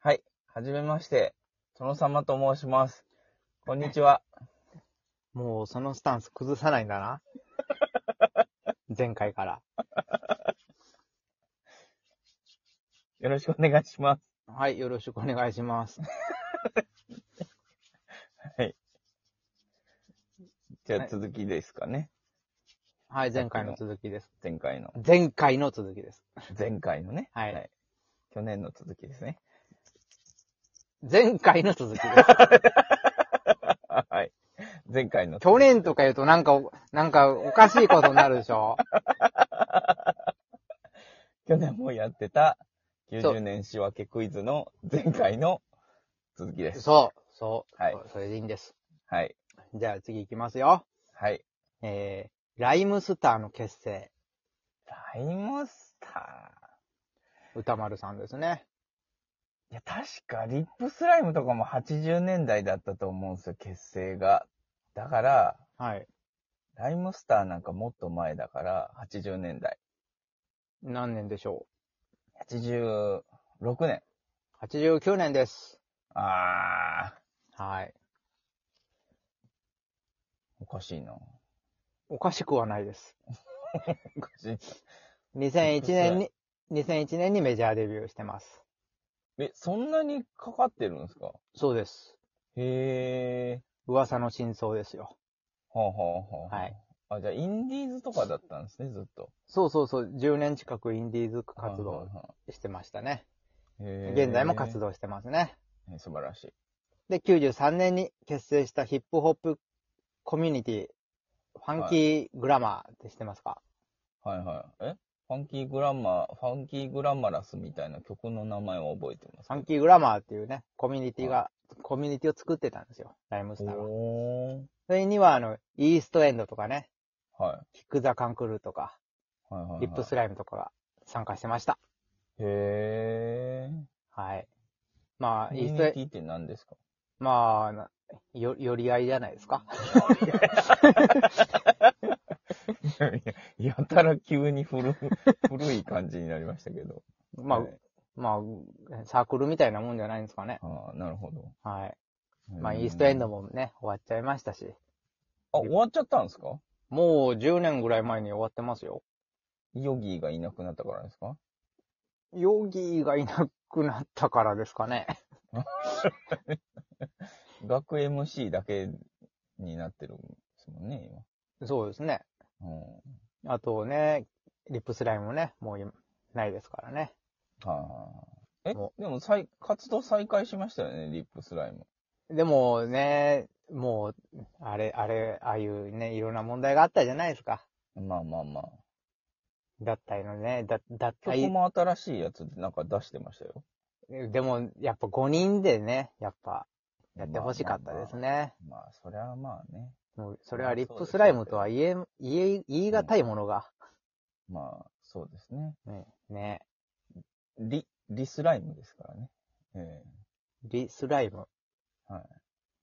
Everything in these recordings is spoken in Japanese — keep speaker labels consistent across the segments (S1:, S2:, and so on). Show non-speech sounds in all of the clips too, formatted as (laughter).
S1: はい。はじめまして。殿様と申します。こんにちは。
S2: もうそのスタンス崩さないんだな。 (laughs) 前回から。
S1: よろしくお願いします。
S2: はい、よろしくお願いします。
S1: じゃ
S2: は
S1: あ
S2: い
S1: 続きですかね。
S2: はい、前回の続きです。
S1: 前回
S2: (laughs)
S1: の。
S2: 前回の続きです。
S1: 前回のね。
S2: はい
S1: 去年の続きですね。 (laughs)
S2: 前回の続きです。
S1: はい。前回の。
S2: 去年とか言うとなんかお、なんかおかしいことになるでしょ
S1: 去年もやってた
S2: そう
S1: 90年仕分けクイズの前回の続きです。
S2: そう、そう、
S1: はい
S2: それでいいんです。
S1: はい。
S2: じゃあ次行きますよ。
S1: はい。
S2: えー、ライムスターの結成。
S1: ライムスタ
S2: 歌丸さんですね。
S1: ー。いや、確かリップスライムとかも80年代だったと思うんですよ、結成が。だから、
S2: はい。
S1: ライムスターなんかもっと前だから、80年代。
S2: 何年でしょ
S1: 86年。
S2: う ?89 年です。
S1: あー、
S2: はい。
S1: おかしいな。
S2: おかしくはないです。
S1: おかしいな。
S2: 2001年 (laughs) に、2001年にメジャーデビューしてます。
S1: え、そんなにかかってるんですか
S2: そうです。
S1: へ
S2: 噂の真相ですよ。
S1: ー。はあ、はあはあ、
S2: はい。
S1: あ、じゃあ、インディーズとかだったんですね、ずっと。
S2: そうそうそう、10年近くインディーズ活
S1: は
S2: 動
S1: あはあはあ
S2: してましたね。
S1: へー
S2: 現在も活動してますね。
S1: え素晴らしい。
S2: で、93年に結成したヒップホップコミュニティ、ファンキーグラマーって知ってますか、
S1: はいはい。えファンキーグランマー、ファンキーグランマラスみたいな曲の名前は覚えてます
S2: ファンキーグラマーっていうね、コミュニティが、コミュニティを作ってたんですよ、ライムスターは。
S1: おー。
S2: それには、あの、イーストエンドとかね、
S1: はい。
S2: キックザカンクルーとか、
S1: はいはい、はい。
S2: リップスライムとかが参加してました。
S1: へー。
S2: はい。まあ、
S1: コミ
S2: イー
S1: ュ
S2: ス
S1: ニ
S2: ト
S1: テ
S2: エン
S1: ィって何ですか (laughs)
S2: まあな、よ、寄り合いじゃないですか。
S1: やたら急に古、古い感じになりましたけど。
S2: まあ、
S1: はい
S2: まあ、サークルみたいなもんじゃないんですかね。
S1: ああ、なるほど。
S2: はい。まあ、イーストエンド。もね、終わっちゃいましたし。
S1: あ、終わっちゃったんですか
S2: もう10年ぐらい前に終わってますよ。
S1: ヨギーがいなくなったからですか
S2: ヨギーがいなくなったからですか
S1: (laughs)
S2: ね。
S1: 学 MC だけになってるんですもんね、
S2: そうですね。
S1: 今。うん。
S2: あとね、リップスライムもね、もう今ないですからね。
S1: はい。え、
S2: も
S1: でも再、活動再開しましたよね、リップスライム。
S2: でもね、もう、あれ、あれ、ああいうね、いろんな問題があったじゃないですか。
S1: まあまあまあ。
S2: 脱退のね、だ脱
S1: 曲
S2: 退
S1: も新しいやつなんか出してましたよ。
S2: でも、やっぱ5人でね、やっぱ、やってほしかったですね。
S1: まあ。まあ、まあそりゃまあね。
S2: もう、それはリップスライムとは言え、言え、言い難いものが、
S1: まあ、そうですね。
S2: ね、ね、
S1: リ、リスライムですからね。ええ
S2: リスライム、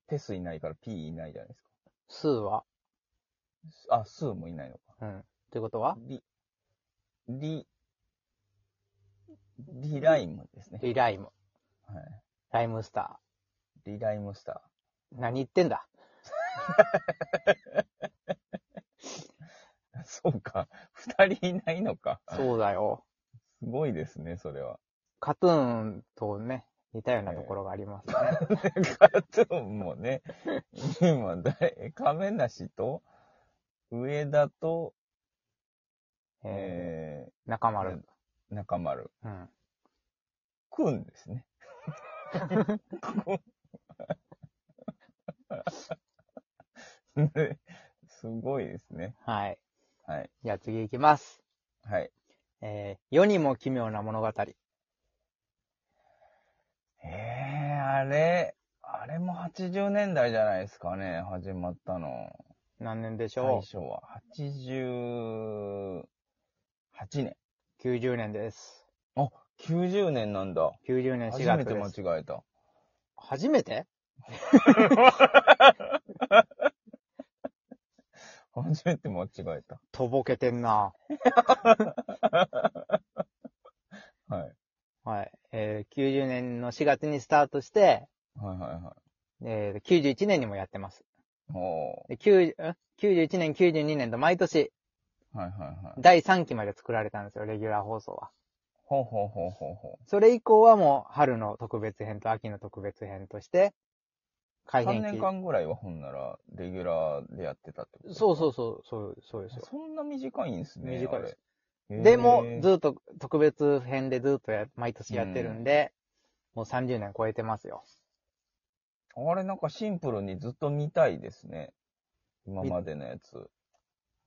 S1: テスいないから P いないじゃないです
S2: スーは、
S1: か。あ、スーもいないのか。
S2: うん。ということは、
S1: リ、リ、リライムですね。
S2: リライム、
S1: はい。
S2: ライムスタ
S1: リライムスタ
S2: ー。何言ってんだ
S1: ー。 (laughs) そうか。二人いないのか。
S2: そうだよ。
S1: すごいですね、それは。 (laughs)
S2: カトゥーンとね、似たようなところがありますね。
S1: カトゥーンもね、今誰、亀梨と、上田と、
S2: え
S1: (laughs) え
S2: ー、中丸、
S1: ー、中丸。
S2: うん。
S1: くんです
S2: (laughs)
S1: ね。 (laughs) くんねすごいですね。
S2: はい。
S1: はい。
S2: じゃあ次行きます。
S1: はい。
S2: えー、世にも奇妙な物語。
S1: えー、あれ、あれも80年代じゃないですかね、始まったの。
S2: 何年でし
S1: 最
S2: ょ
S1: 初は88年。
S2: う ?90 年です。
S1: 90年なんだ。
S2: 90年
S1: 初
S2: 4
S1: め
S2: 月
S1: て
S2: で
S1: 間
S2: す。
S1: 違えた。
S2: 初めて
S1: 初めて間違えた。
S2: とぼけてんな。
S1: はい。
S2: はい。えー90年の4月にスタートして、
S1: はいはいは
S2: えー91年にもやってます。
S1: い。お
S2: で90ん91年、92年と毎年、
S1: ー。はいはいはい。
S2: 第3期まで作られたんですよ、レギュラー放送は。
S1: ほうほうほうほうほ
S2: それ以降はもう、春の特別編と秋の特別編として、
S1: う。
S2: 改
S1: 3
S2: 編
S1: 年
S2: 期。
S1: 間ぐらいはほんなら、レギュラーでやってたってことですか
S2: そうそうそう、そう、そうですよ。
S1: そんな短いんですね。
S2: 短いです
S1: あれ。
S2: でも
S1: へ、ー
S2: ずっと特別編でずっとや、毎年やってるんで、もう30年超えてますよ。
S1: あれなんかシンプルにずっと見たいですね。今までのやつ。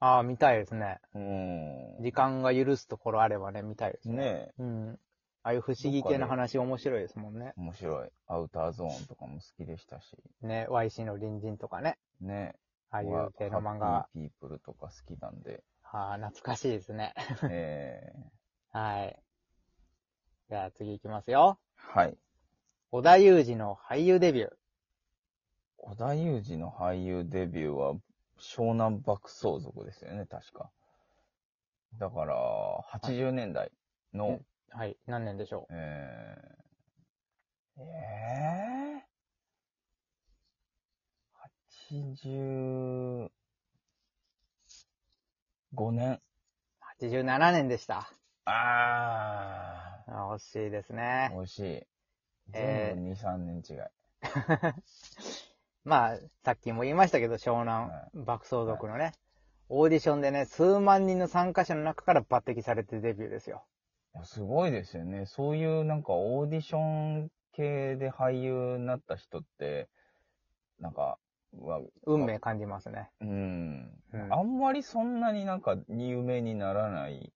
S2: ああ、見たいですね。
S1: うん。
S2: 時間が許すところあればね、見たいですね。
S1: ねえ。
S2: うん。ああいう不思議系の話面白いですもんね。
S1: 面白い。アウターゾーンとかも好きでしたし。
S2: ね、YC の隣人とかね。
S1: ね
S2: ああいう系の漫
S1: ハ
S2: 画。
S1: ッピーピープルとか好きなんで。 (laughs)
S2: ああ、懐かしいですね。
S1: えー、
S2: はい。じゃあ次行きますよ。
S1: はい。
S2: 小田裕二の俳優デビュー。
S1: 小田裕二の俳優デビューは、湘南爆走族ですよね、確か。だから、80年代の、
S2: うんはい。何年でしょ
S1: えー、えー、85年。
S2: う ?87 年でした。
S1: あ
S2: あー惜しいです
S1: ー、
S2: ね。
S1: 惜しい。
S2: えー
S1: 全部2、3年違い。
S2: まあ、さっきも言いましたけど、湘南爆走族のね、オーディションでね、数万人の参加者の中から抜擢されてデビューですよ。
S1: いやすごいですよね。そういうなんかオーディション系で俳優になった人って、なんか、うわ
S2: 運命感じますね。
S1: うん。
S2: うん
S1: あんまりそんなになんか有名にならない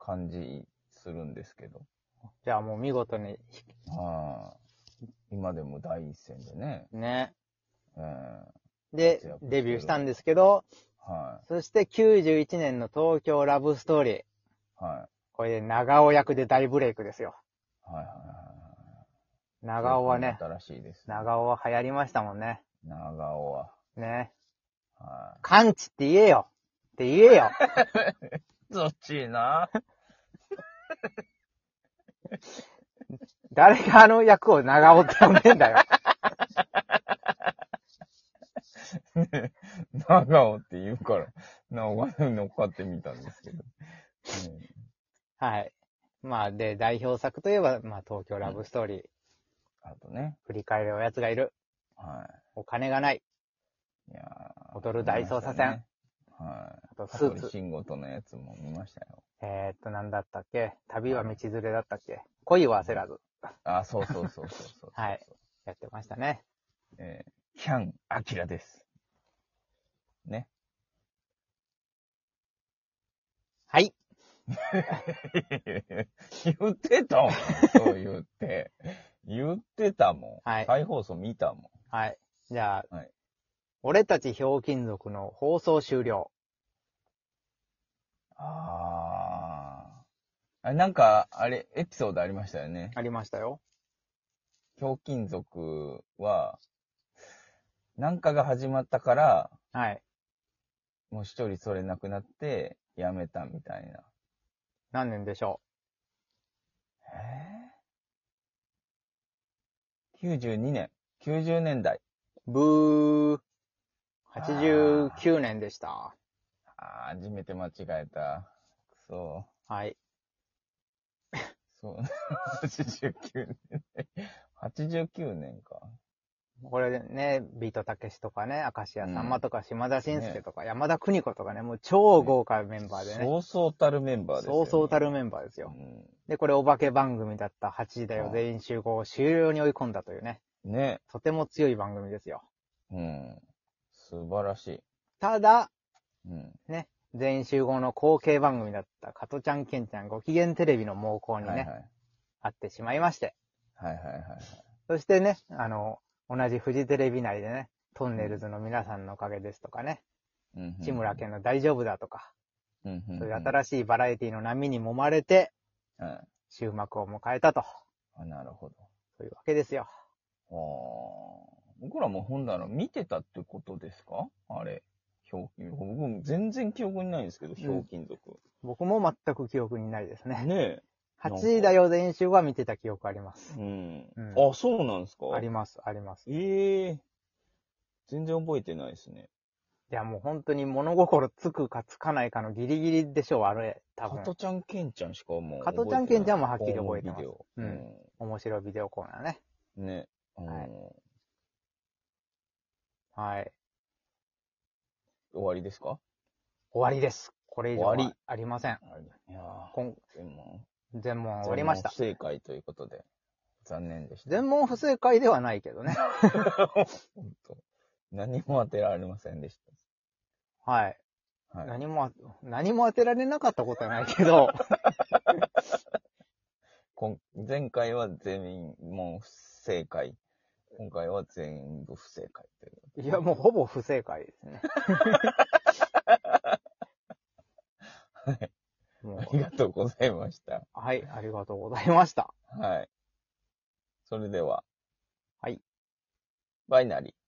S1: 感じするんですけど。
S2: じゃあもう見事に、
S1: ああ。今でも第一線でね。
S2: ね。
S1: うん。
S2: で
S1: 活躍し、てる
S2: デビューしたんですけど、
S1: は
S2: そして91年の東京ラブストーリー。
S1: い。はい。
S2: これで長尾役で大ブレイクですよ。
S1: はいはいはい。
S2: 長尾はね、
S1: 新しいです、
S2: 長尾は流行りましたもんね。
S1: 長尾は。
S2: ね。
S1: は
S2: 完治って言えよって言えよ
S1: い。そっちいな。
S2: 誰があの役を長尾って呼んでんだよ。
S1: 長尾って言うから、なお前に乗っかってみたんですけど。ね
S2: はい。まあ、で、代表作といえば、まあ、東京ラブストーリー、
S1: あとね、
S2: 振り返るおやつがいる、
S1: は
S2: お金がない、
S1: い。いやー
S2: 踊る大捜査線。
S1: 見ましたねはい。
S2: あとス
S1: ス
S2: ー
S1: ーツ。
S2: ツ、
S1: 慎吾とのやつも見ましたよ。
S2: えー、っと、なんだったっけ旅は道連れだったっけ恋は焦らず、
S1: あ、そうそうそうそうそうそう
S2: (laughs) はい。やってましたね。
S1: えー、キャン・アキラです。 (laughs) ね。
S2: はい。
S1: 言ってたもん。そう言って。言ってたもん。
S2: はい
S1: 再放送見たもん。
S2: はい。じゃあ、
S1: はい
S2: 俺たちひょうきん族の放送終了。
S1: あー。あなんか、あれ、エピソードありましたよね。
S2: ありましたよ。
S1: ひょうきん族は、なんかが始まったから、
S2: はい。
S1: もう一人それなくなって、やめたみたいな。
S2: 何年でしょ
S1: えぇ ?92 年。90年代。
S2: うブー。89年でした。
S1: あー、初めて間違えた。くそ
S2: はい。
S1: そう。89年。89年か。
S2: これね、ビートたけしとかね、明石家さんまとか、島田紳介とか、山田邦子とかね、もう超豪華メンバーでね。
S1: そうそうたるメンバーですよ、ね。
S2: そうそうた
S1: る
S2: るメンバーですよ。
S1: うん
S2: で、これお化け番組だった8時だよ
S1: はい
S2: 全員集合を終了に追い込んだというね、
S1: ね。
S2: とても強い番組ですよ。
S1: うん。素晴らしい。
S2: ただ、
S1: うん。
S2: 全員集合の後継番組だった、加トちゃんけんちゃんご機嫌テレビの猛攻にね、
S1: はいはい。はい
S2: あってしまいまして。
S1: はいはい。
S2: そしてね、あの、同じフジテレビ内でね、トンネルズの皆さんのおかげですとかね、
S1: うんうんうん
S2: 志村けんの大丈夫だとか、
S1: うんうんうん
S2: そういう新しいバラエティの波に揉まれて、
S1: はい
S2: 終幕を迎えたと。
S1: あ、なるほど。
S2: そういうわけですよ。
S1: ああ。僕らも本棚見てたってことですかあれ。ひょうきん。僕も全然記憶にないんですけど、ひょうきん族。
S2: 僕も全く記憶にないですね。
S1: ねえ。 (laughs) なんか
S2: 8位だよ全集は見てた記憶あります。
S1: うん。
S2: うん
S1: あ、そうなんですか
S2: あります、あります。い
S1: ええ全然覚えてないですね。
S2: や、もう本当に物心つくかつかないかのギリギリでしょう、あれ。多
S1: 加
S2: 分。
S1: トちゃん、ケンちゃんしかもう
S2: 加
S1: 覚えてな
S2: トちゃ
S1: い。
S2: んケンちゃんもはっきり覚えてます
S1: ホームビデオ
S2: 面白いビデオコーナーね。
S1: うん。ね。うん
S2: はい
S1: 終
S2: はい。
S1: わりですか
S2: 終わりです。これ以上
S1: 終わ
S2: は
S1: り
S2: ありません。
S1: いや
S2: 今
S1: ー全問。
S2: 全問終わりました
S1: 全問不。正解ということで。残念でした。
S2: 全問不正解ではないけどね。
S1: 本当何も当てられませんでし
S2: はい。
S1: た。はい。
S2: 何もあ、何も当てられなかったことはないけど、
S1: こん前回は全員もう不正解。今回は全部不正解とい
S2: い
S1: う。
S2: や、もうほぼ不正解ですね。も
S1: あり
S2: う
S1: がとうございました。
S2: はい、ありがとうございました。
S1: はい。それでは。
S2: はい。
S1: バイナリー。